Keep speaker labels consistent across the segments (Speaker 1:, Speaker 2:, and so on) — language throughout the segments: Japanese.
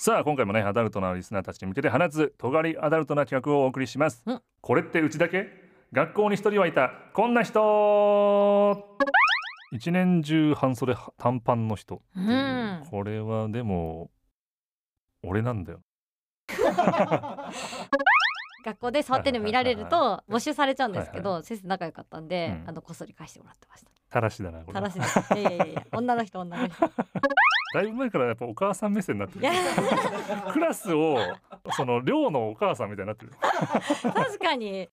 Speaker 1: さあ今回もねアダルトなリスナーたちに向けて放つ尖りアダルトな企画をお送りします、
Speaker 2: うん
Speaker 1: これってうちだけ学校に一人はいたこんな人一年中半袖は短パンの人っていう、
Speaker 2: うん
Speaker 1: これはでも俺なんだよ
Speaker 2: 学校で触ってるの見られる
Speaker 1: はい
Speaker 2: と募集されちゃうんですけ
Speaker 1: は
Speaker 2: ど、先生仲良かったんで、
Speaker 1: うん
Speaker 2: あのこっそり返してもらってました。
Speaker 1: たらしだなこれ
Speaker 2: たらしです。いやいやいや、女の人女の人。
Speaker 1: だいぶ前からやっぱお母さん目線になって
Speaker 2: い
Speaker 1: る
Speaker 2: や
Speaker 1: クラスをその寮のお母さんみたいになってる
Speaker 2: 確かに。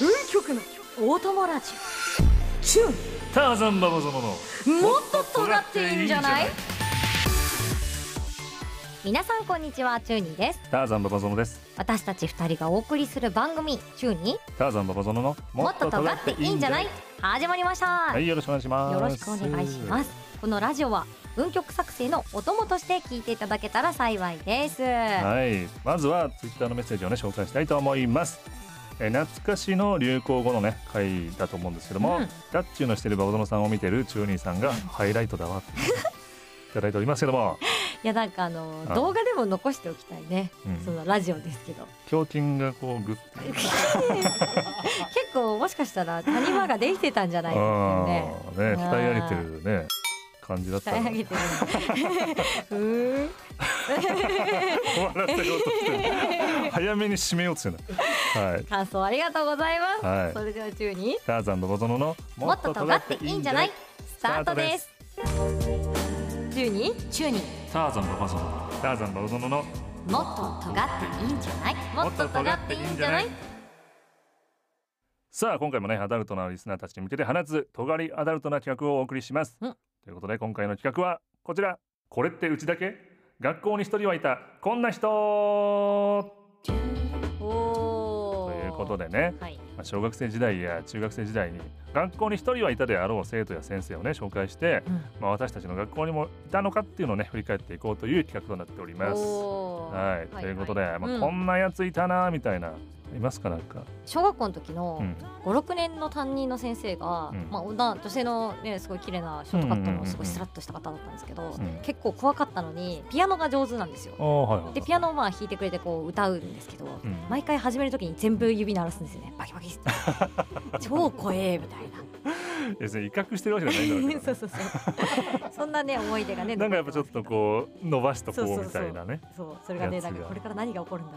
Speaker 2: 運極のオートモラジチュー
Speaker 1: ターザンババゾノの
Speaker 2: ンもっと尖っていいんじゃない皆さんこんにちはチューニーです
Speaker 1: ターザンババゾノです
Speaker 2: 私たち二人がお送りする番組チューニー
Speaker 1: ターザンババゾノの
Speaker 2: もっと尖っていいんじゃない始まりました、
Speaker 1: はいよろしくお願いします
Speaker 2: よろしくお願いしますこのラジオは文曲作成のお供として聞いていただけたら幸いですは
Speaker 1: はいまずはツイッターのメッセージをね紹介したいと思いますえー懐かしの流行語のね回だと思うんですけども、
Speaker 2: うん
Speaker 1: ダッチューのしてるババゾノさんを見てるチューニーさんがハイライトだわって 言っていただいておりますけども
Speaker 2: いやなんかあの
Speaker 1: あ
Speaker 2: 動画でも残しておきたいね、
Speaker 1: うん
Speaker 2: そのラジオですけど
Speaker 1: 胸筋がこうグッて
Speaker 2: 結構もしかしたら谷間ができてたんじゃないですよね
Speaker 1: あーね鍛え上げてるね感じだった
Speaker 2: 鍛 え上げてるうーん
Speaker 1: 終わらせようとして る早めに締めようとしてないはい
Speaker 2: 感想ありがとうございます、
Speaker 1: はい
Speaker 2: それでは中に
Speaker 1: ターザンのボトノの
Speaker 2: もっと尖っていいんじゃないスタートです中に中に
Speaker 1: ターザンのボトノターザンのボトノの
Speaker 2: もっと尖っていいんじゃないもっと尖っていいんじゃない
Speaker 1: さあ今回もねアダルトなリスナーたちに向けて放つ尖りアダルトな企画をお送りします、
Speaker 2: うん
Speaker 1: ということで今回の企画はこちらこれってうちだけ学校に一人はいたこんな人
Speaker 2: お
Speaker 1: と
Speaker 2: ー
Speaker 1: いうことでね、
Speaker 2: はい、
Speaker 1: まあ、小学生時代や中学生時代に学校に一人はいたであろう生徒や先生をね紹介して、まあ、私たちの学校にもいたのかっていうのをね振り返っていこうという企画となっております。
Speaker 2: おー
Speaker 1: はい、ということで、まあ
Speaker 2: うん
Speaker 1: こんなやついたなみたいないますかなんか、
Speaker 2: 小学校の時の
Speaker 1: うん
Speaker 2: 56年の担任の先生が、
Speaker 1: うん
Speaker 2: まあ、女女性の、ね、すごい綺麗なショートカット
Speaker 1: うんうんうんう
Speaker 2: の
Speaker 1: ん
Speaker 2: すごいスラッとした方だったんですけど、
Speaker 1: ん
Speaker 2: 結構怖かったのにピアノが上手なんですよ
Speaker 1: あ。あはいはい
Speaker 2: でピアノをまあ弾いてくれてこう歌うんですけど、
Speaker 1: うん
Speaker 2: 毎回始める時に全部指鳴らすんですよねバキバキって 超怖えみたいな
Speaker 1: 別に威嚇してるわけじゃないんだろうけど
Speaker 2: そうそうそうそんなね思い出がね
Speaker 1: なんかやっぱちょっとこう伸ばしとこ
Speaker 2: そう
Speaker 1: う
Speaker 2: そう
Speaker 1: み
Speaker 2: そ
Speaker 1: た
Speaker 2: う
Speaker 1: いなね
Speaker 2: そうそれがね
Speaker 1: やつが
Speaker 2: なんかこれから何が起こるんだ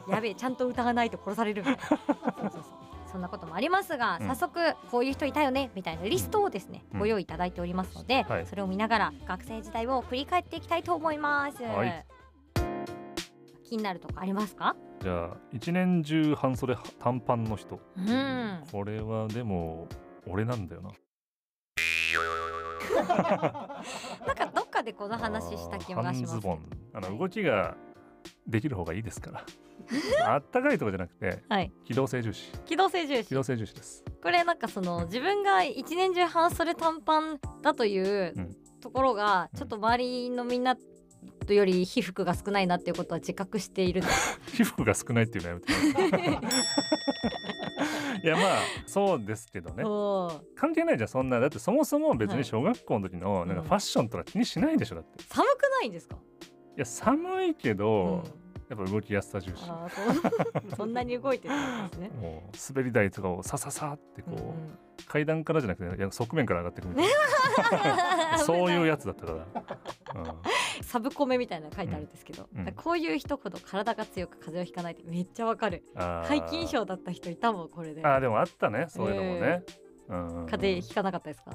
Speaker 2: ろ うやべえちゃんと疑わないと殺されるみたいなそうそうそうそんなこともありますが、
Speaker 1: うん
Speaker 2: 早速こういう人いたよねみたいなリストをですね、
Speaker 1: うん
Speaker 2: ご用意いただいておりますので、
Speaker 1: はい
Speaker 2: それを見ながら学生時代を振り返っていきたいと思います、
Speaker 1: はい
Speaker 2: 気になるとこありますか
Speaker 1: じゃあ一年中半袖短パンの人
Speaker 2: うん
Speaker 1: これはでも俺なんだよな
Speaker 2: なんかどっかでこの話した気がします
Speaker 1: あー半ズボンあの動きができる方がいいですからあったかいとかじゃなくて
Speaker 2: はい
Speaker 1: 機動性重視
Speaker 2: 機動性重視
Speaker 1: 機動性重視です
Speaker 2: これなんかその自分が一年中半袖短パンだという
Speaker 1: うん
Speaker 2: ところが
Speaker 1: うん
Speaker 2: ちょっと周りのみんなより被服が少ないなっていうことは自覚しているんです
Speaker 1: 被服が少ないっていうのはやめてくださいいやまあそうですけどね
Speaker 2: おー
Speaker 1: 関係ないじゃんそんなだってそもそも別
Speaker 2: は
Speaker 1: に
Speaker 2: い
Speaker 1: 小学校の時のなんか
Speaker 2: うん
Speaker 1: ファッションとか気にしないでしょだってい
Speaker 2: 寒くないんですか、
Speaker 1: や寒いけ
Speaker 2: う
Speaker 1: ど
Speaker 2: ん、、
Speaker 1: やっぱ動きやすさ重視
Speaker 2: あーそう そんなに動いてるんですね、
Speaker 1: もう滑り台とかをさささってこ
Speaker 2: う
Speaker 1: う、
Speaker 2: んうん
Speaker 1: 階段からじゃなくていや側面から上がってくるみた いな そういうやつだったから、うん、
Speaker 2: サブコメみたいなの書いてあるんですけど、
Speaker 1: うんうん
Speaker 2: こういう人ほど体が強く風邪をひかないってめっちゃわかる
Speaker 1: あー
Speaker 2: 皆勤賞だった人いたもんこれで
Speaker 1: あー
Speaker 2: 風
Speaker 1: でもあったねそういうのもね、うんうんうん
Speaker 2: 邪ひかなかったですか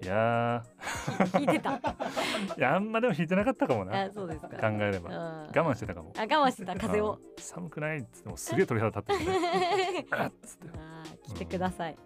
Speaker 1: いや
Speaker 2: 聞いてたあ
Speaker 1: ーいやあんまでも引いてなかったかもな
Speaker 2: そうですか
Speaker 1: 考えれ
Speaker 2: う
Speaker 1: ば
Speaker 2: ん
Speaker 1: 我
Speaker 2: あ
Speaker 1: 慢してたかも
Speaker 2: 我慢してた風邪を
Speaker 1: あー寒くないっつってもすげえ鳥肌立ってきて、 ね、あっつって
Speaker 2: あー来てください。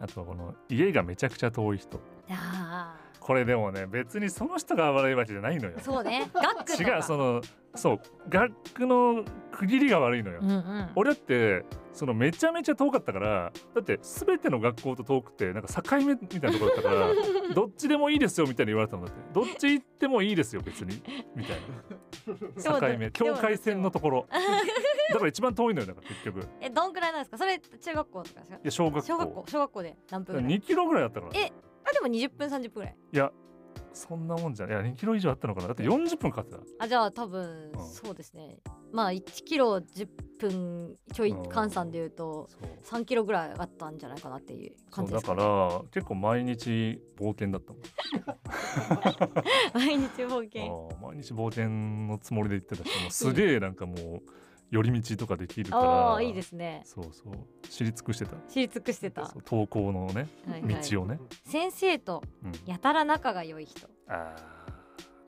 Speaker 1: あとはこの家がめちゃくちゃ遠い人
Speaker 2: あ
Speaker 1: これでもね別にその人が悪いわけじゃないのよ
Speaker 2: あ、そうね。学区とか。
Speaker 1: 違うそのそう学区の区切りが悪いのよ、
Speaker 2: うんうん。
Speaker 1: 俺だってそのめちゃめちゃ遠かったからだって全ての学校と遠くてなんか境目みたいなところだったから どっちでもいいですよみたいに言われたのだってどっち行ってもいいですよ別にみたいな境目境界線のところ だから一番遠いのよだから結局い
Speaker 2: えどんくらいなんですかそれ中学校とかですか
Speaker 1: や小学校
Speaker 2: 小学校小学校で何分ぐらい
Speaker 1: 2キロぐらいだったから
Speaker 2: えあでも20分30分ぐらい
Speaker 1: いやそんなもんじゃないいや2キロ以上あったのかなだって40分かかってた
Speaker 2: あじゃあ多分
Speaker 1: うん
Speaker 2: そうですねまあ1キロ10分ちょい
Speaker 1: うん
Speaker 2: 換算でいうと
Speaker 1: そう
Speaker 2: 3キロぐらい上がったんじゃないかなっていう
Speaker 1: そ
Speaker 2: 感
Speaker 1: う
Speaker 2: じで
Speaker 1: だ
Speaker 2: すか
Speaker 1: か
Speaker 2: ね、
Speaker 1: ら結構毎日冒険だったもん
Speaker 2: 毎日冒険
Speaker 1: ああ毎日冒険のつもりで行って たしもうすげえなんかもう寄り道とかできるから
Speaker 2: ああーいいですね
Speaker 1: そうそう知り尽くしてた
Speaker 2: 知り尽くしてた、は
Speaker 1: そう投稿のね
Speaker 2: いはい
Speaker 1: 道をね、
Speaker 2: 先生と
Speaker 1: うん、
Speaker 2: やたら仲が良い人
Speaker 1: あ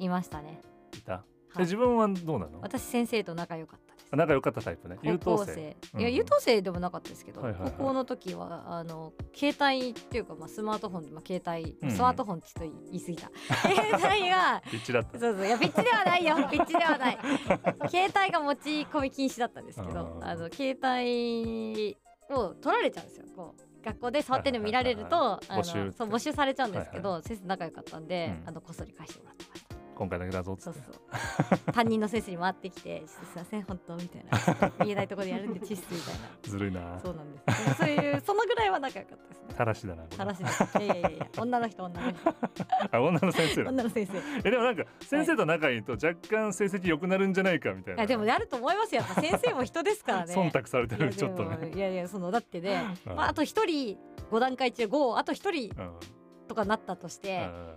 Speaker 2: いましたね
Speaker 1: ーいた、
Speaker 2: はい
Speaker 1: え自分はどうなの
Speaker 2: 私先生と仲良かったです
Speaker 1: あ仲良かったタイプね優等生うん
Speaker 2: いや優等生でもなかったですけど、
Speaker 1: はいはいはい
Speaker 2: 高校の時はあの携帯っていうか、まあ、スマートフォン、まあ、携帯
Speaker 1: うん
Speaker 2: スマートフォンってちょっと言い過ぎた 携 帯が
Speaker 1: ピッチだった
Speaker 2: そうそういやピッチではないよピッチではない携帯が持ち込み禁止だったんですけど
Speaker 1: あー
Speaker 2: あの携帯を取られちゃうんですよこう学校で触ってるの見られるとあ
Speaker 1: いはいはい
Speaker 2: の
Speaker 1: 募集
Speaker 2: そう募集されちゃうんですけど、
Speaker 1: は
Speaker 2: 先生仲良かったんで、
Speaker 1: うん
Speaker 2: あのこっそり返してもらってました。
Speaker 1: 今回だけだぞっつ
Speaker 2: そ
Speaker 1: っ
Speaker 2: う
Speaker 1: て
Speaker 2: そう担任の先生に回ってきて「ちょっとすいません本当」みたいなちょっと見えないところでやるんでチッスみたいな
Speaker 1: ずるいな
Speaker 2: そうなんです、ね。そういう、そのぐらいは仲良かったですね。
Speaker 1: たらしだなこれ
Speaker 2: たらしです。いやいやいや、女の人、女の人、
Speaker 1: あ女の先生だ
Speaker 2: 女の先生。い
Speaker 1: えでもなんか先生と仲いいと若干成績良くなるんじゃないかみたいな
Speaker 2: や、でも、やると思いますよ。やっぱ先生も人ですからね。
Speaker 1: 忖度されて
Speaker 2: いや
Speaker 1: るちょっとね
Speaker 2: でもいやいや、その、だってね、
Speaker 1: うん
Speaker 2: まあ、あと一人。5段階中5あと1人
Speaker 1: うん
Speaker 2: とかなったとし
Speaker 1: う
Speaker 2: て
Speaker 1: ん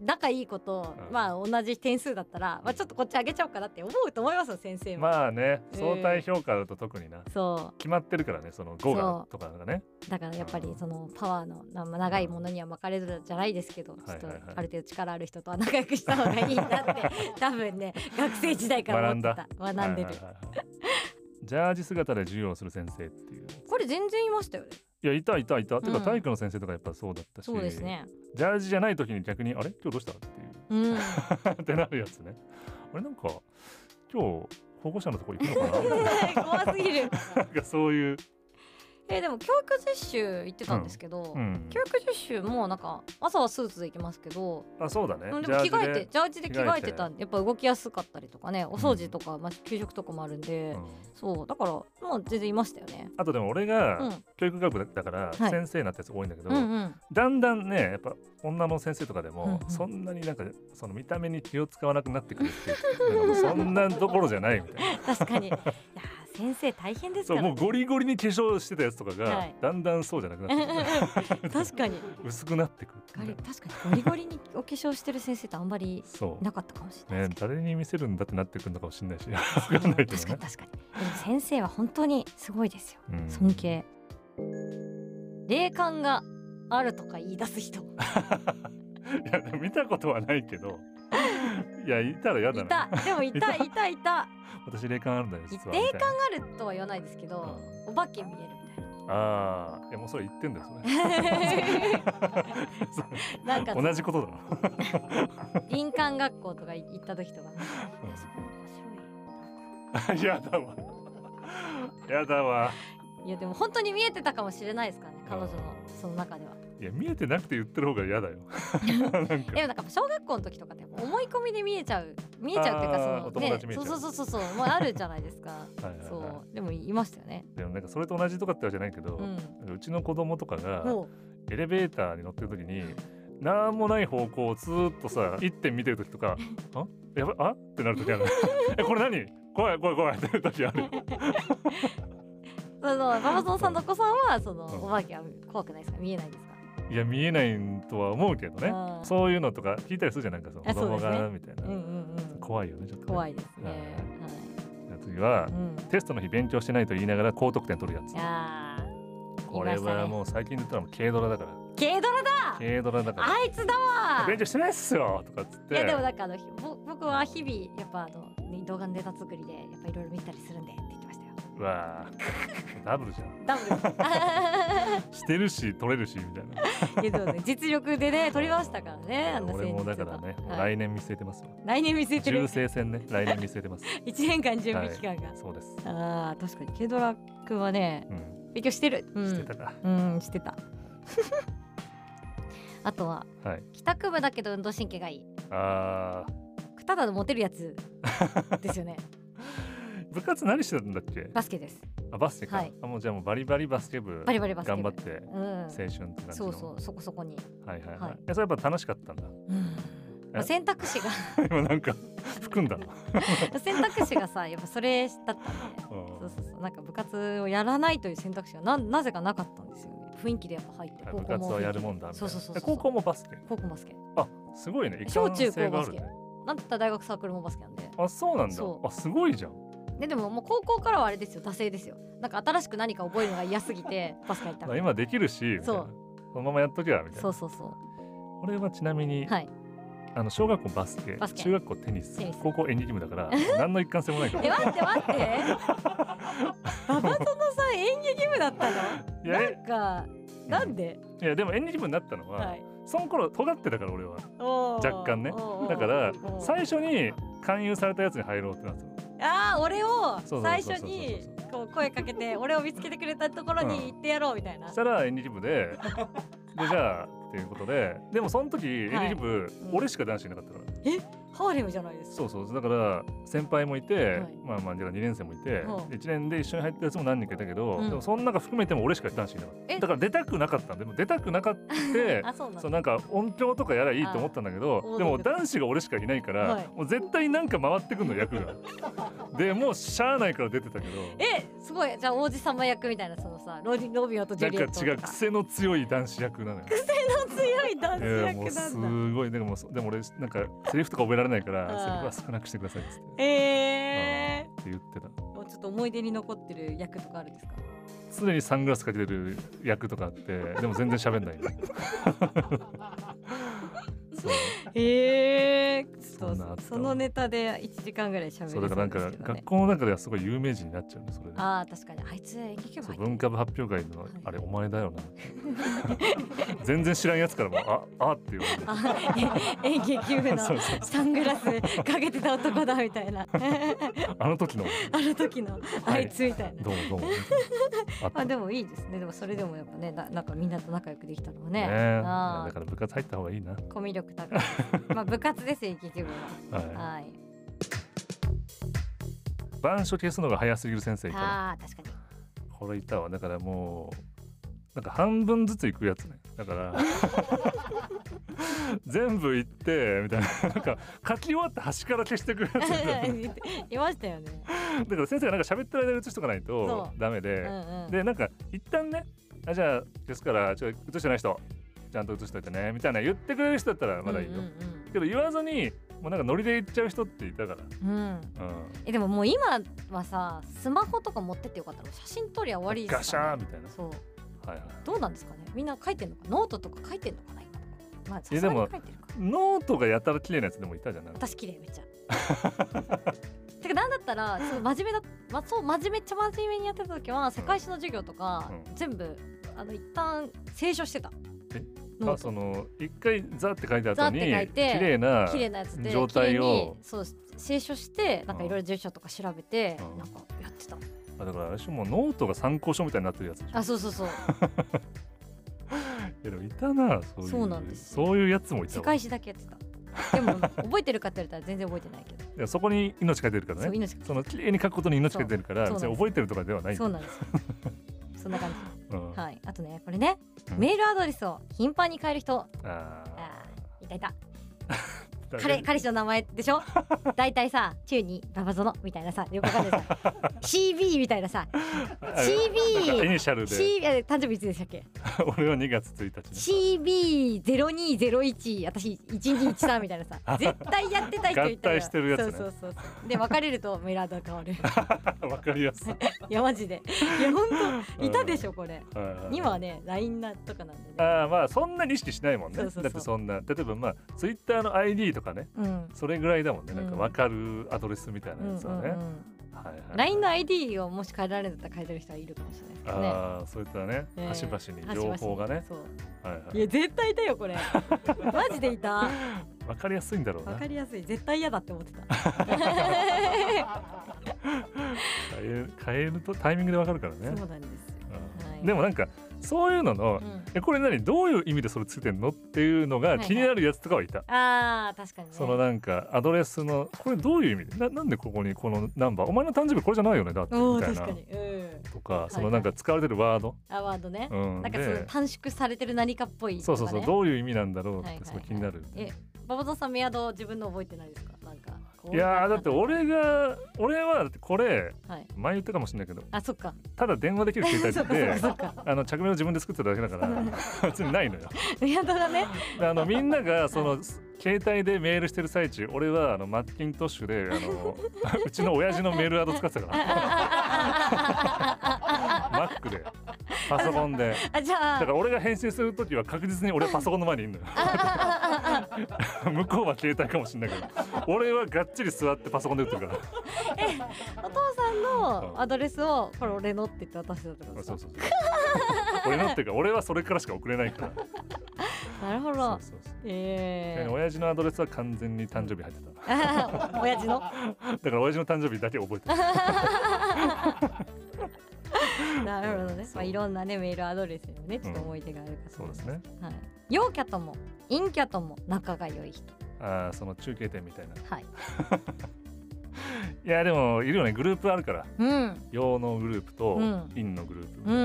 Speaker 2: 仲いい子と
Speaker 1: うん
Speaker 2: まあ同じ点数だったらまあちょっとこっち上げちゃおうかなって思うと思いますよ先生も
Speaker 1: まあね
Speaker 2: うん
Speaker 1: 相対評価だと特にな
Speaker 2: そ
Speaker 1: 決まってるからねその5
Speaker 2: そ
Speaker 1: が
Speaker 2: う
Speaker 1: とかがね
Speaker 2: うだからやっぱりそのパワーのまあ長いものには巻かれるじゃないですけどちょっと
Speaker 1: はいはいはい
Speaker 2: ある程度力ある人とは仲良くした方がいい なって多分ね学生時代から思ってた学
Speaker 1: はい
Speaker 2: んでる
Speaker 1: はいはいはいジャージ姿で授業をする先生っていう
Speaker 2: これ全然いましたよね。
Speaker 1: いやいたいたいた、て
Speaker 2: う
Speaker 1: か
Speaker 2: ん
Speaker 1: 体育の先生とかやっぱそうだったし
Speaker 2: そうですね。
Speaker 1: ジャージじゃない時に逆にあれ今日どうしたっていう
Speaker 2: うん。
Speaker 1: ってなるやつねあれなんか今日保護者のとこ行くのか な
Speaker 2: 怖すぎる。
Speaker 1: なんかそういう、
Speaker 2: えでも教育実習行ってたんですけど、
Speaker 1: うん、
Speaker 2: 教育実習もなんか朝はスーツで行きますけど、
Speaker 1: あそうだね
Speaker 2: でも
Speaker 1: ジャー
Speaker 2: 着
Speaker 1: ジ
Speaker 2: 替え
Speaker 1: で
Speaker 2: てジャージで着替えてたんでやっぱ動きやすかったりとかね、お掃除とかまあ給食とかもあるんで
Speaker 1: う、ん
Speaker 2: そうだからもう全然いましたよね。
Speaker 1: あとでも俺
Speaker 2: う
Speaker 1: が
Speaker 2: ん
Speaker 1: 教育学部だから
Speaker 2: はい
Speaker 1: 先生になったやつ多いんだけど、
Speaker 2: うんうん。
Speaker 1: だんだんねやっぱ女の先生とかでも、
Speaker 2: うんうん
Speaker 1: そんなになんかその見た目に気を使わなくなってくるっていうなんかもうそんなところじゃないみたいな
Speaker 2: 確かに。いやー先生大変です
Speaker 1: そ
Speaker 2: か
Speaker 1: う
Speaker 2: ら
Speaker 1: もう
Speaker 2: ね。
Speaker 1: ゴリゴリに化粧してたやつとかが、
Speaker 2: はい
Speaker 1: だんだんそうじゃなくなってく
Speaker 2: 確かに。
Speaker 1: る薄くなってく
Speaker 2: ゴリ
Speaker 1: る
Speaker 2: 確かにゴリゴリにお化粧してる先生ってあんまり
Speaker 1: そ
Speaker 2: いなかったかもしれ
Speaker 1: う
Speaker 2: ない
Speaker 1: ね
Speaker 2: ですけど。
Speaker 1: 誰に見せるんだってなってくるのかもしれない しわかんないけどね
Speaker 2: 確かに、確かにでも先生は本当にすごいですよ
Speaker 1: うん
Speaker 2: 尊敬霊感があるとか言い出す人
Speaker 1: いや見たことはないけ どいやいたらやだ
Speaker 2: い
Speaker 1: な
Speaker 2: たでもいた
Speaker 1: いた
Speaker 2: いたいた
Speaker 1: 私霊感あるんだよ実は
Speaker 2: 霊
Speaker 1: みたいな
Speaker 2: あるとは言わないですけどお化け見えるみたい
Speaker 1: ああいやもうそれ言ってんだよそ れ そ
Speaker 2: ななんか
Speaker 1: れ同じことだな
Speaker 2: 林間学校とか行った時とかいやそこ 面
Speaker 1: やだわ。 やだわ。
Speaker 2: 白いいやでも本当に見えてたかもしれないですからね彼女のその中ではい
Speaker 1: や見えてなくて言ってる方が嫌だ よ。なんか
Speaker 2: でもなんか小学校の時とかって思い込みで見えちゃう見えちゃうっていう
Speaker 1: あー
Speaker 2: か
Speaker 1: お
Speaker 2: その
Speaker 1: 友達見えちゃ
Speaker 2: そううそうそうそうそうもうあるじゃないで すか
Speaker 1: はいはいはい
Speaker 2: そうでもいましたよね
Speaker 1: でもなんかそれと同じとかってわけじゃないけど、
Speaker 2: う
Speaker 1: なんん、うちの子供とかが
Speaker 2: も
Speaker 1: エレベーターに乗ってる時に。なんもない方向をずーっとさ一点見てる時と か「あやばいあってなる時あるえこれ何怖い怖い怖いってなる時あ る
Speaker 2: うその馬場園さんのお子さんはその
Speaker 1: うん
Speaker 2: お化けは怖くないですか見えないですか
Speaker 1: いや見えないとは思うけどね
Speaker 2: あー
Speaker 1: そういうのとか聞いたりするじゃんなんかその
Speaker 2: あ
Speaker 1: 子
Speaker 2: そうで
Speaker 1: 供
Speaker 2: すね
Speaker 1: がみたいな、
Speaker 2: うんうんうん
Speaker 1: 怖いよねちょっとね、
Speaker 2: 怖いですね
Speaker 1: は
Speaker 2: はいい
Speaker 1: じゃあ次は、
Speaker 2: うん
Speaker 1: テストの日勉強してないと言いながら高得点取るやつ
Speaker 2: いやー
Speaker 1: これはもう最近で言ったらもう軽ドラだから
Speaker 2: 軽ドラだ
Speaker 1: 軽ドラだか
Speaker 2: あいつだ
Speaker 1: ら
Speaker 2: わ
Speaker 1: 勉強してないっすよとかっつっ
Speaker 2: い
Speaker 1: て
Speaker 2: やでもなんかあのぼ僕は日々やっぱあのね動画のネタ作りでやっぱいろいろ見たりするんでって言ってましたよ
Speaker 1: うわーダブルじゃん
Speaker 2: ダブ
Speaker 1: してるし取れるしみたいな
Speaker 2: ル いやでもね実力でね取りましたからねあの
Speaker 1: 俺もだからね、
Speaker 2: 先日ははい
Speaker 1: 来年見据えてますよ
Speaker 2: 来年見据えて
Speaker 1: 中
Speaker 2: る
Speaker 1: 性戦ね来年見据えてます
Speaker 2: 一年間準備期間が
Speaker 1: そうです
Speaker 2: あー確かに軽ドラ君はね
Speaker 1: うん
Speaker 3: 勉強してる、うん、
Speaker 1: してたか、
Speaker 3: うんしてた
Speaker 2: あとは
Speaker 1: はい
Speaker 2: 帰宅部だけど運動神経がいい
Speaker 1: あ
Speaker 2: ただのモテるやつです よね
Speaker 1: ー部活何してたんだっけ
Speaker 2: バスケです
Speaker 1: あバスケか、
Speaker 2: はい
Speaker 1: あもうじゃあもうバリバリバスケ部
Speaker 2: バリバリバスケ
Speaker 1: 頑
Speaker 2: 部
Speaker 1: 張って青
Speaker 2: うん
Speaker 1: 春って感じの
Speaker 2: そうそうそこそこに、
Speaker 1: はいはいはい、
Speaker 2: はい
Speaker 1: えそれやっぱ楽しかったんだ
Speaker 2: まあ選択肢が
Speaker 1: 今なんか含んだの、
Speaker 2: 選択肢がさやっぱそれだったんで
Speaker 1: うん
Speaker 2: そうそうそうなんか部活をやらないという選択肢がななぜかなかったんですよね雰囲気でやっぱ入って
Speaker 1: あ部活はやるもんだみたいな
Speaker 2: そうそうそうそう
Speaker 1: え高校もバスケ
Speaker 2: 高校バスケ
Speaker 1: あすごいね
Speaker 2: 小中
Speaker 1: 一貫性がある
Speaker 2: 高
Speaker 1: ね
Speaker 2: なんだったら大学サークルもバスケなんで
Speaker 1: あそうなんだ
Speaker 2: そ
Speaker 1: あすごいじゃん
Speaker 2: ででももう高校からはあれですよ惰性ですよなんか新しく何か覚えるのが嫌すぎ てバスケ入った
Speaker 1: あ今できるしみたいな
Speaker 2: そう
Speaker 1: そのままやっときゃみたい
Speaker 2: そ
Speaker 1: な
Speaker 2: うそうそう
Speaker 1: 俺はちなみに、
Speaker 2: はい
Speaker 1: あの小学校バスケ
Speaker 2: バスケ
Speaker 1: 中学校テニス
Speaker 2: テニス
Speaker 1: 高校演劇部だ から何の一貫性もないから
Speaker 2: え待って待って ババトノさん演劇部だったの
Speaker 1: いや
Speaker 2: な
Speaker 1: え
Speaker 2: んかなんで、
Speaker 1: いやでも演劇部になったのは、
Speaker 2: はい
Speaker 1: その頃尖ってたから俺は若
Speaker 2: 若
Speaker 1: 干ねだから最
Speaker 2: 初
Speaker 1: 初に勧誘されたやつに入ろうってなったの
Speaker 2: ああ俺を
Speaker 1: そうそうそうそう
Speaker 2: 最初にこう声かけて俺を見つけてくれたところ
Speaker 1: うん
Speaker 2: に行ってやろうみたいな、
Speaker 1: したら演劇 部ででじゃあっていうことででもその時演劇部、
Speaker 2: うん
Speaker 1: 俺しか男子いなかったから
Speaker 2: ハーレムじゃないですか
Speaker 1: そうそうだから先輩もいて、
Speaker 2: はい
Speaker 1: まあまあ2年生もいて、
Speaker 2: うん
Speaker 1: 一1年で一緒に入ったやつも何人かいたけど、
Speaker 2: うん
Speaker 1: でもその中含めても俺しか男子いなかった
Speaker 2: え
Speaker 1: だから出たくなかったんでも出たくなかった
Speaker 2: あそうな ん
Speaker 1: そ
Speaker 2: だ
Speaker 1: うなんか音響とかやらいいと思ったんだけ
Speaker 2: あー
Speaker 1: どで
Speaker 2: 王
Speaker 1: も
Speaker 2: 道
Speaker 1: 男子が俺しかいないから、
Speaker 2: はい
Speaker 1: もう絶対なんか回ってくんの役がでもうしゃあないから出てたけど
Speaker 2: えすごいじゃあ王子様役みたいなそのさロディロビオとジ
Speaker 1: な
Speaker 2: ュ
Speaker 1: ん
Speaker 2: リエットと
Speaker 1: か違う癖の強い男子役なのよ。
Speaker 2: 強い男子
Speaker 1: えーもう
Speaker 2: 役な
Speaker 1: す
Speaker 2: んだ
Speaker 1: ごいでもそうでも俺なんかセリフとか覚えられないから
Speaker 2: あー
Speaker 1: セリフは少なくしてくださいっつって
Speaker 2: ええ
Speaker 1: って言ってた
Speaker 2: ー、もうちょっと思い出に残ってる役とかあるんですか
Speaker 1: 常にサングラスかけてる役とかあってでも全然喋んないそう
Speaker 2: ええ
Speaker 1: そんなあったわ
Speaker 3: そのネタで1時間ぐらい喋り
Speaker 1: そ
Speaker 3: そうう
Speaker 1: だ
Speaker 3: で
Speaker 1: からなん
Speaker 3: すけ
Speaker 1: か
Speaker 3: どね
Speaker 1: 学校の中ではすごい有名人になっちゃうねそれで
Speaker 2: ああ確かにあいつ演劇部
Speaker 1: そう
Speaker 2: 入
Speaker 1: 文
Speaker 2: って
Speaker 1: 化部発表会の
Speaker 2: はい
Speaker 1: あれお前だよな全然知らんやつからもああって言われて
Speaker 2: あえ演劇部の
Speaker 1: そうそう
Speaker 2: サングラスかけてた男だみたいな
Speaker 1: あの時の
Speaker 2: あの時のあいつみたいな、
Speaker 1: どうもどうもあった
Speaker 2: あでもいいですねでもそれでもやっぱねななんかみんなと仲良くできたのはね
Speaker 1: ね
Speaker 2: あ
Speaker 1: だ
Speaker 2: ー
Speaker 1: から部活入った方がいいな
Speaker 2: コミュ 力高いですまあ部活ですよ劇部は
Speaker 1: は
Speaker 2: はい
Speaker 1: い板書消すのが早すぎる先生いたわ
Speaker 2: あー確かに
Speaker 1: これいたわだからもうなんか半分ずつ行くやつねだから 全部行ってみたいななんか書き終わって端から消してくるやつみたいな
Speaker 2: いましたよね
Speaker 1: だから先生がなんか喋ってる間に写しとかないと
Speaker 2: そ
Speaker 1: ダメ
Speaker 2: う
Speaker 1: で、
Speaker 2: んうん
Speaker 1: でなんか一旦ねあじゃあですからちょ写してない人ちゃんと写しといてねみたいな言ってくれる人だったらまだいいよ、
Speaker 2: うん
Speaker 1: けど言わずにもうなんかノリで行っちゃう人っていたから、
Speaker 2: うんうんうん
Speaker 1: うん、
Speaker 2: えでももう今はさスマホとか持ってってよかったら写真撮りゃ終わりで
Speaker 1: ガ
Speaker 2: す
Speaker 1: シ
Speaker 2: か
Speaker 1: ャ
Speaker 2: ら、
Speaker 1: ーみたいな
Speaker 2: そう
Speaker 1: はいはい
Speaker 2: どうなんですかねみんな書いてんのかノートとか書いてんのかないかなまあさす
Speaker 1: えで
Speaker 2: がに書
Speaker 1: も
Speaker 2: いてるか
Speaker 1: ノートがやたら綺麗なやつでもいたじゃんない
Speaker 2: 私綺麗めっちゃてかなんだったらちょっと真面目だ、まあ、そう真面目っちゃ真面目にやってた時は世界史の授業とか、
Speaker 1: うん
Speaker 2: 全部あの一旦清書してた
Speaker 1: え
Speaker 2: ノ
Speaker 1: あ
Speaker 2: ート
Speaker 1: その一回ザーって書いた後に
Speaker 2: ザーって書い
Speaker 1: 綺
Speaker 2: て
Speaker 1: 麗な
Speaker 2: 綺麗なやつで
Speaker 1: 状態を
Speaker 2: 綺麗にそう清書してなんかいろいろ住所とか調べて、
Speaker 1: うん
Speaker 2: なんかやってた
Speaker 1: あだからあれでしょもうノートが参考書みたいになってるやつでしょ
Speaker 2: あそ うそうそう
Speaker 1: いやでもいたなそういう
Speaker 2: そうなんです
Speaker 1: そういうやつもいた
Speaker 2: 世
Speaker 1: わ
Speaker 2: 界史だけやってたでも覚えてるかって言われたら全然覚えてないけど、
Speaker 1: いやそこに命かけてるから
Speaker 2: そう
Speaker 1: ね
Speaker 2: 命 が
Speaker 1: その綺麗に書くことに命かけてるから
Speaker 2: そう
Speaker 1: 別
Speaker 2: そうなん
Speaker 1: に
Speaker 2: です
Speaker 1: 覚えてるとかではない
Speaker 2: そうなんですよそんな感
Speaker 1: うん
Speaker 2: じはいあとねこれね、
Speaker 1: うん
Speaker 2: メールアドレスを頻繁に変える人
Speaker 1: あ
Speaker 2: あーいたいた
Speaker 1: ー
Speaker 2: 彼彼氏の名前でし ょ大体さ「中にババゾノ」みたいなさよくわかんな いさ CB みたいなさ
Speaker 1: あなんかイ
Speaker 2: CB
Speaker 1: ニシャルで
Speaker 2: C あ誕生日いつでしたっけ
Speaker 1: 俺は2月1日
Speaker 2: CB0201 私1213みたい なさ絶対やってた人いたら
Speaker 1: 合体してるやつね
Speaker 2: そうそうそうそうで別れるとメールアドが変わる
Speaker 1: にわかりやすい
Speaker 2: いやマジでいやほんといたでしょこれ
Speaker 1: はいはい
Speaker 2: 今はね LINE なとかなんでね
Speaker 1: あーまあそんなに意識しないもんね
Speaker 2: そうそうそう
Speaker 1: だってそんな例えばまあツイッターの ID とかね
Speaker 2: うん
Speaker 1: それぐらいだもんねなんか
Speaker 2: うん
Speaker 1: わかるアドレスみたいなやつはね、
Speaker 2: うんうんうん
Speaker 1: はいはい
Speaker 2: LINE の ID をもし変えられるんだったら変えてる人はいるかもしれないですけどね
Speaker 1: ああそういったね、
Speaker 2: えー
Speaker 1: 端々に情報がね、
Speaker 2: そう
Speaker 1: はい
Speaker 2: い
Speaker 1: は
Speaker 2: や絶対いた よこれマジでいた
Speaker 1: い、わかりやすいんだろう
Speaker 2: わ
Speaker 1: な
Speaker 2: かりやすい絶対嫌だって思ってた
Speaker 1: 変え変えるとタイミングでわかるからね
Speaker 2: そうなんですよ
Speaker 1: うん
Speaker 2: は
Speaker 1: でもなんかそういうのの
Speaker 2: うん
Speaker 1: えこれ何どういう意味でそれつけてんのっていうのが気になるやつとかはいた、
Speaker 2: あー確かにね
Speaker 1: そのなんかアドレスのこれどういう意味でななんでここにこのナンバーお前の誕生日これじゃないよねだって
Speaker 2: お
Speaker 1: み
Speaker 2: ー
Speaker 1: たい
Speaker 2: 確
Speaker 1: な
Speaker 2: かにうん
Speaker 1: とかそのなんか使われてるワード、
Speaker 2: アワードね
Speaker 1: うん、
Speaker 2: なんかその
Speaker 1: で
Speaker 2: 短縮されてる何かっぽい
Speaker 1: そうそうそうどういう意味なんだろうっ
Speaker 2: はいはい
Speaker 1: て
Speaker 2: は
Speaker 1: すご
Speaker 2: い
Speaker 1: い気になる、い
Speaker 2: えババゾさんメアド自分の覚えてないですかなんかこう
Speaker 1: やーだって俺が俺はだってこれ
Speaker 2: はい
Speaker 1: 前言ったかもしれないけど
Speaker 2: あそっか
Speaker 1: ただ電話できる携
Speaker 2: そっ
Speaker 1: 帯
Speaker 2: かそっか
Speaker 1: で
Speaker 2: そっか
Speaker 1: あの着メを自分で作ってた だけだから別にないのよ。
Speaker 2: メアドがね
Speaker 1: であのみんながその携帯でメールしてる最中俺はあのマッキントッシュであの うちの親父のメールアド使ってたから Mac でパソコンで
Speaker 2: あじゃ
Speaker 1: だ
Speaker 2: あ
Speaker 1: から俺が返信する時は確実に俺はパソコンの前にいるのよ向こうは携帯かもしれないけど俺はがっちり座ってパソコンで打ってるから
Speaker 2: お父さんのアドレスをこれ俺のって言って渡してたってことです
Speaker 1: そ
Speaker 2: か
Speaker 1: うそうそう俺のっていうか俺はそれからしか送れないから
Speaker 2: なるほ
Speaker 1: そ
Speaker 2: ど
Speaker 1: うそうそう
Speaker 2: ええ
Speaker 1: 親父のアドレスは完全に誕生日入ってた
Speaker 2: ー、 親 父の
Speaker 1: だから親父の誕生日だけ覚え てる
Speaker 2: なるほどね
Speaker 1: そ、う
Speaker 2: まあ、いろんなねメールアドレスにもねちょっと思い出があるから、
Speaker 1: そうですね
Speaker 2: はい、陽キャとも陰キャとも仲が良い人
Speaker 1: あーその中継点みたいな
Speaker 2: はい
Speaker 1: いやでもいるよねグループあるから
Speaker 2: うん
Speaker 1: 陽のグループと
Speaker 2: うん
Speaker 1: 陰のグループ、
Speaker 2: うん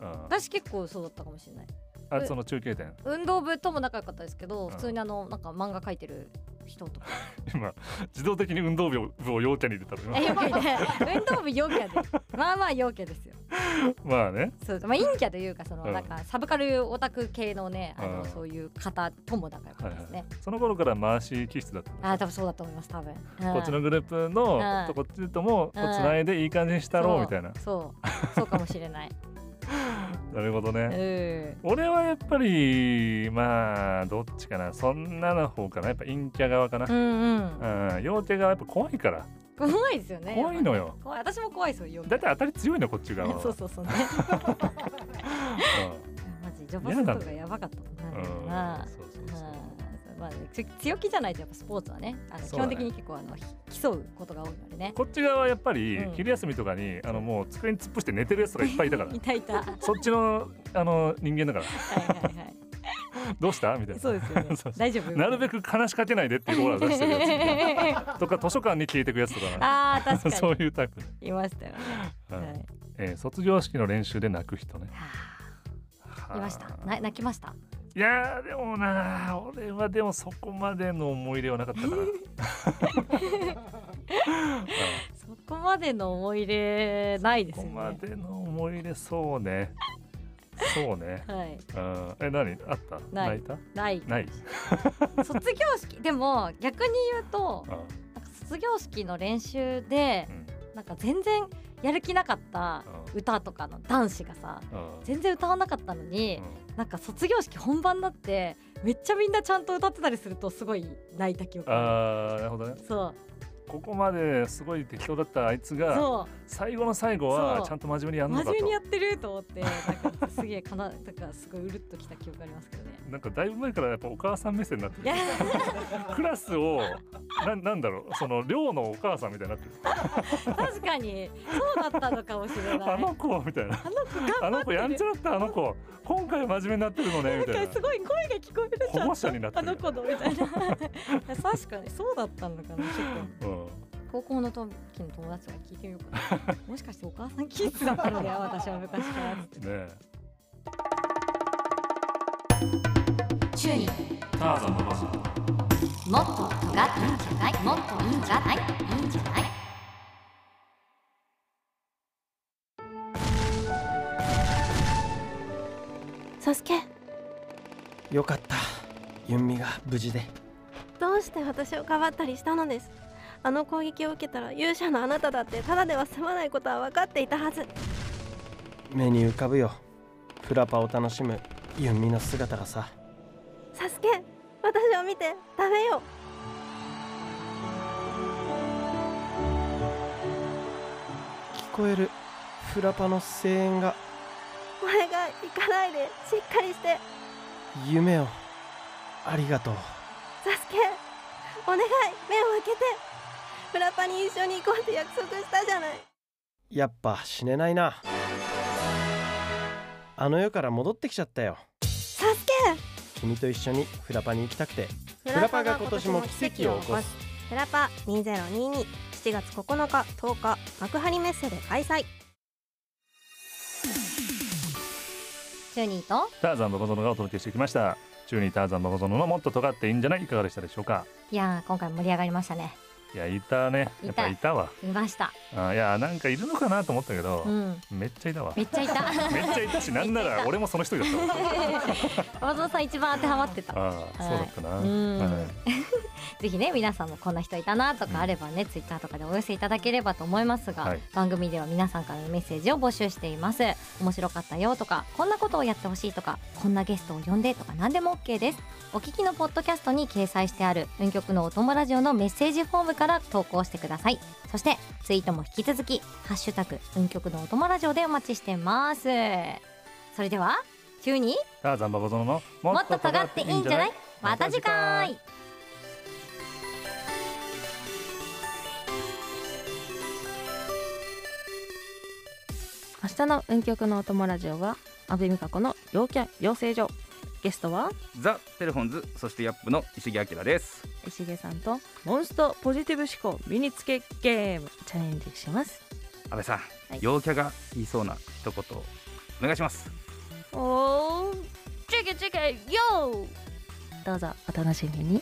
Speaker 1: あ
Speaker 2: 私結構そうだったかもしれない
Speaker 1: あその中継点
Speaker 2: 運動部とも仲良かったですけど
Speaker 1: ん
Speaker 2: 普通にあのなんか漫画描いてる人とか
Speaker 1: 今自動的に運動部を 陽キャに入れたの
Speaker 2: え
Speaker 1: 今
Speaker 2: 陽キャ で運動部陽キャでまあまあ陽キャですよ
Speaker 1: まあね
Speaker 2: そうまあ陰キャというかその
Speaker 1: うん
Speaker 2: なんかサブカルオタク系のねあ
Speaker 1: う
Speaker 2: の
Speaker 1: ん
Speaker 2: そういう方とも仲良かったですね
Speaker 1: その頃から回し気質だったんですよ
Speaker 2: あー多分そうだと思います多分
Speaker 1: こっち
Speaker 2: うん
Speaker 1: のグループの
Speaker 2: うん
Speaker 1: とこっちともつないでいい感じにしたろうみたいな
Speaker 2: そうそうかもしれない
Speaker 1: なるほど
Speaker 2: う
Speaker 1: ね
Speaker 2: ん
Speaker 1: 俺はやっぱりまあどっちかなそんなの方かなやっぱ陰キャ側かな
Speaker 2: う、んうん
Speaker 1: うん、陽キャ側やっぱ怖いから
Speaker 2: 怖いですよね。
Speaker 1: 怖いのよ
Speaker 2: 怖い。私も怖いですよ。陽キ
Speaker 1: だって当たり強いのこっち側
Speaker 2: ャ
Speaker 1: は
Speaker 2: そうそうそうね。
Speaker 1: うん
Speaker 2: マジジョバスとかやばかったもん
Speaker 1: うん
Speaker 2: な。
Speaker 1: そうそう
Speaker 2: うん
Speaker 1: そう
Speaker 2: まあね、つ強気じゃないとやっぱスポーツはねあの基
Speaker 1: そうだ
Speaker 2: 本
Speaker 1: ね
Speaker 2: 的に結構あのひ競うことが多いのでね
Speaker 1: こっち側はやっぱり
Speaker 2: うん
Speaker 1: 昼休みとかに、あのもう机に突っ伏して寝てるやつとかいっぱいいた から
Speaker 2: いたいたはい
Speaker 1: そっちのあの人間だから
Speaker 2: はいは
Speaker 1: どうしたみたい
Speaker 2: いそうですよね
Speaker 1: そう
Speaker 2: 大丈夫
Speaker 1: ななるべ
Speaker 2: く
Speaker 1: く話しかけないでっていうオーラを出してるやつみたい なとか図書館に消えてくやつとか
Speaker 2: あー
Speaker 1: な
Speaker 2: 確か
Speaker 1: そう
Speaker 2: に
Speaker 1: いうタイプ、
Speaker 2: いましたよね、
Speaker 1: うん
Speaker 2: はい
Speaker 1: えー卒業式の練習で泣く人ね
Speaker 2: はあ、いましたな泣きました
Speaker 1: いやーでもなー俺はでもそこまでの思い入れはなかったからうん
Speaker 2: そこまでの思い入れないです
Speaker 1: こ
Speaker 2: よ
Speaker 1: こ
Speaker 2: ね
Speaker 1: までの思い入れそうねそうね
Speaker 2: はい
Speaker 1: うんえ何あった
Speaker 2: な
Speaker 1: 泣
Speaker 2: い
Speaker 1: いた
Speaker 2: ない
Speaker 1: ない
Speaker 2: 卒業式でも逆に言うと
Speaker 1: あ
Speaker 2: なんか卒業式の練習で
Speaker 1: うん
Speaker 2: なんか全然やる気なかった
Speaker 1: う
Speaker 2: 歌とかの男子がさ
Speaker 1: うん
Speaker 2: 全然歌わなかったのに、なんか卒業式本番になってめっちゃみんなちゃんと歌ってたりするとすごい泣いた記憶があ
Speaker 1: あーなるほどね
Speaker 2: るそう
Speaker 1: ここまですごい適当だったあいつが
Speaker 2: そ
Speaker 1: 最後の最後
Speaker 2: そ
Speaker 1: は
Speaker 2: う
Speaker 1: ちゃんと真面目にや
Speaker 2: う
Speaker 1: るのか
Speaker 2: 真
Speaker 1: と
Speaker 2: 面目にやってると思ってなんかすげえかななんかすごいうるっときた記憶がありますけどね
Speaker 1: なんかだいぶ前からやっぱお母さん目線になって
Speaker 2: いや
Speaker 1: るクラスをななんだろうその寮のお母さんみたいになってる
Speaker 2: 確かにそうだったのかもしれない
Speaker 1: あの子みたいなあの子やんちゃだったあの子今回真面目になってるのねみたい
Speaker 2: なん
Speaker 1: な
Speaker 2: かすごい声が聞こえるじゃ
Speaker 1: 保
Speaker 2: ん
Speaker 1: 護者になって
Speaker 2: あ
Speaker 1: るよ
Speaker 2: の
Speaker 1: ね
Speaker 2: 子のみたいないや確かにそうだったのかなちょっと
Speaker 1: うん
Speaker 2: 高校の時の友達が聞いてみようかなもしかしてお母さんキッズだったのでは私は昔から
Speaker 1: ねえ
Speaker 2: チューニンもっと尖っていいんじゃないもっといいんじゃないいいんじゃない
Speaker 4: サスケ
Speaker 5: よかったユンミが無事で
Speaker 4: どうして私をかばったりしたのですあの攻撃を受けたら勇者のあなただってただでは済まないことは分かっていたはず
Speaker 5: 目に浮かぶよフラパを楽しむユンミの姿がさ
Speaker 4: サスケ私を見てダメよ
Speaker 5: 聞こえるフラパの声援が
Speaker 4: お願い行かないでしっかりして
Speaker 5: 夢をありがとう
Speaker 4: サスケお願い目を開けてフラパに一緒に行こうって約束したじゃない
Speaker 5: やっぱ死ねないなあの世から戻ってきちゃったよ
Speaker 4: サスケ
Speaker 5: 君と一緒にフラパに行きたくて
Speaker 4: フ
Speaker 5: フラパが今年も奇跡を起こす
Speaker 4: フラパ20227月9日10日幕張メッセで開催
Speaker 2: チューニーと
Speaker 1: ターザンババゾノがお届けしてきました中にターザンババゾノのもっと尖っていいんじゃないいかがでしたでしょうか
Speaker 2: いやー今回盛り上がりましたね
Speaker 1: いやいたねやっぱいたわ
Speaker 2: いました
Speaker 1: あいやなんかいるのかなと思ったけど、
Speaker 2: うん
Speaker 1: めっちゃいたわ
Speaker 2: めっちゃい た
Speaker 1: めっちゃいたしなんな
Speaker 2: めっちゃい
Speaker 1: ら
Speaker 2: た
Speaker 1: 俺もその一人だったわ
Speaker 2: 松本さん一番当てはまってた
Speaker 1: ああそうだったな、
Speaker 2: うん
Speaker 1: はい
Speaker 2: ぜひね皆さんもこんな人いたなとかあればね、ツイッターとかでお寄せいただければと思いますが、
Speaker 1: はい
Speaker 2: 番組では皆さんからのメッセージを募集しています面白かったよとかこんなことをやってほしいとかこんなゲストを呼んでとか何でも OK ですお聞きのポッドキャストに掲載してある運極のお供ラジオのメッセージフォームから投稿してくださいそしてツイートも引き続きハッシュタグ運極のお供ラジオでお待ちしてますそれでは急に
Speaker 1: ターザンババゾノの
Speaker 2: もっと尖っていいんじゃないまた次回
Speaker 6: 明日の運極のお供ラジオは安倍美香子の陽キャ養成所ゲストは
Speaker 7: ザ・テレフォンズそしてヤップの石木明です
Speaker 6: 石毛さんとモンストポジティブ思考身につけゲームチャレンジします
Speaker 7: 安倍さん、
Speaker 6: はい
Speaker 7: 陽キャが言いそうな一言お願いします
Speaker 6: おーチェケチェケヨーどうぞお楽しみに